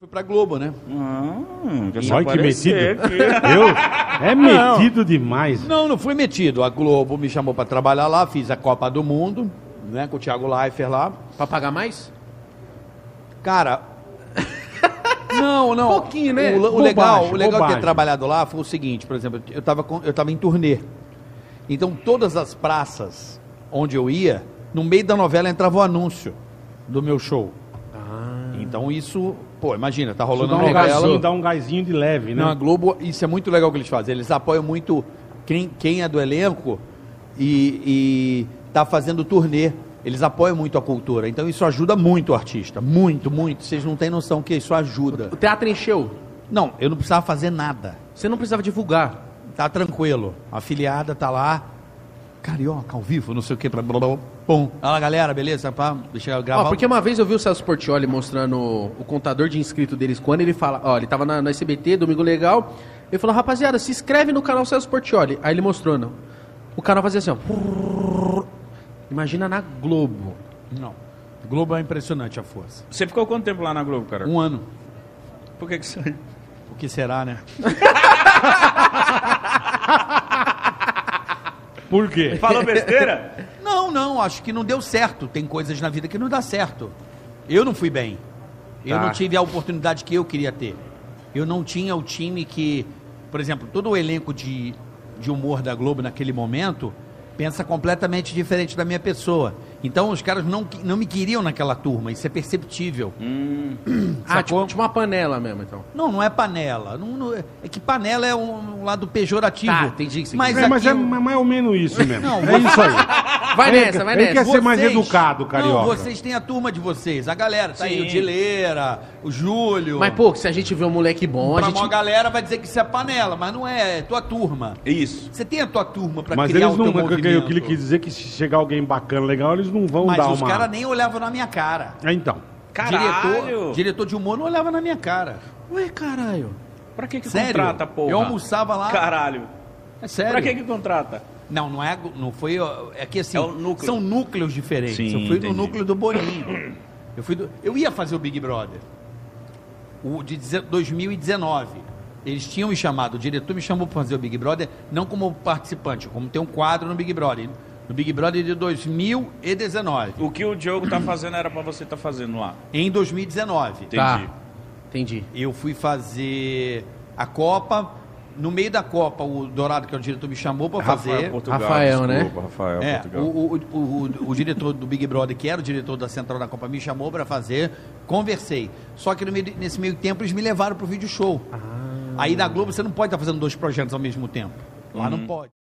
Foi pra Globo, né? Ah, Olha que aparecer metido. aqui. Eu? É metido demais. Não, não fui metido. A Globo me chamou pra trabalhar lá, fiz a Copa do Mundo, né, com o Thiago Leifert lá. Pra pagar mais? Cara. Não, não. Pouquinho, né? O, le- o Bobagem, legal, o legal de bobagem. ter trabalhado lá foi o seguinte, por exemplo, eu tava, com- eu tava em turnê. Então todas as praças onde eu ia, no meio da novela entrava o anúncio do meu show. Então isso, pô, imagina, tá Isso rolando dá a um, novela. gásinho, dá um gásinho de leve, né? Não, a Globo, isso é muito legal que eles fazem. Eles apoiam muito quem, quem é do elenco e, e tá fazendo turnê. Eles apoiam muito a cultura. Então isso ajuda muito o artista. Muito, muito. Vocês não têm noção que isso ajuda. O teatro encheu. Não, eu não precisava fazer nada. Você não precisava divulgar. Tá tranquilo. A afiliada tá lá. Carioca, ao vivo, não sei o que. Blá, blá, blá, pum. Olha, galera, beleza? Pá, deixa eu Ó, gravar. porque uma vez eu vi o Celso Portioli mostrando o contador de inscrito deles quando ele fala, ó, ele tava na, na SBT, Domingo Legal, ele falou, rapaziada, se inscreve no canal Celso Portioli. Aí ele mostrou, não. O canal fazia assim, ó. Imagina na Globo. Não. Globo é impressionante a força. Você ficou quanto tempo lá na Globo, cara? Um ano. Por que que saiu? O que será, né? Por quê? Falou besteira? Não, não, acho que não deu certo. Tem coisas na vida que não dá certo. Eu não fui bem. Eu Tá. não tive a oportunidade que eu queria ter. Eu não tinha o time que. Por exemplo, todo o elenco de, de humor da Globo naquele momento pensa completamente diferente da minha pessoa. Então os caras não, que- não me queriam naquela turma, isso é perceptível. Hum. Ah, tipo, tipo uma panela mesmo, então. Não, não é panela. Não, não- é que panela é um, um lado pejorativo. Tá, entendi o que você Mas, É, mas é aqui- mais ou menos isso mesmo. Não, é isso aí. Vai nessa, vai ele nessa. quer ser é mais educado, carioca. Não, vocês têm a turma de vocês. A galera, tá aí Sim. o Dileira, o Júlio. Mas, pô, se a gente vê um moleque bom, a é pra gente... maior galera vai dizer que isso é panela, mas não é, é tua turma. Isso. Você tem a tua turma pra Mas criar eles o teu não. que- que- movimento. O que ele quis dizer é que se chegar alguém bacana, legal, eles não vão mas dar os uma. caras nem olhavam na minha cara. É, então. Caralho! Diretor, diretor de humor não olhava na minha cara. Ué, caralho. Pra que que Sério? contrata, porra? Eu almoçava lá. Caralho. É sério. Pra que que contrata? Não, não é. Não foi. ó, É que assim. É o núcleo. São núcleos diferentes. Sim, eu fui entendi. no núcleo do Boninho. Eu, fui do- eu ia fazer o Big Brother. O de deze- 2019. Eles tinham me chamado, o diretor me chamou para fazer o Big Brother, não como participante, como ter um quadro no Big Brother. No Big Brother de 2019. O que o Diogo tá fazendo era pra você tá fazendo lá. Em 2019. Entendi. Tá. Entendi. Eu fui fazer a Copa. No meio da Copa, o Dourado, que é o diretor, me chamou para fazer. Rafael, né? desculpa, Rafael É, o, Portugal. o, o, o- o diretor do Big Brother, que era o diretor da Central da Copa, me chamou pra fazer, conversei. Só que no meio- nesse meio tempo eles me tá Uhum. levaram pro vídeo show. Aí na Globo você não pode estar fazendo dois projetos ao mesmo tempo. Lá não pode.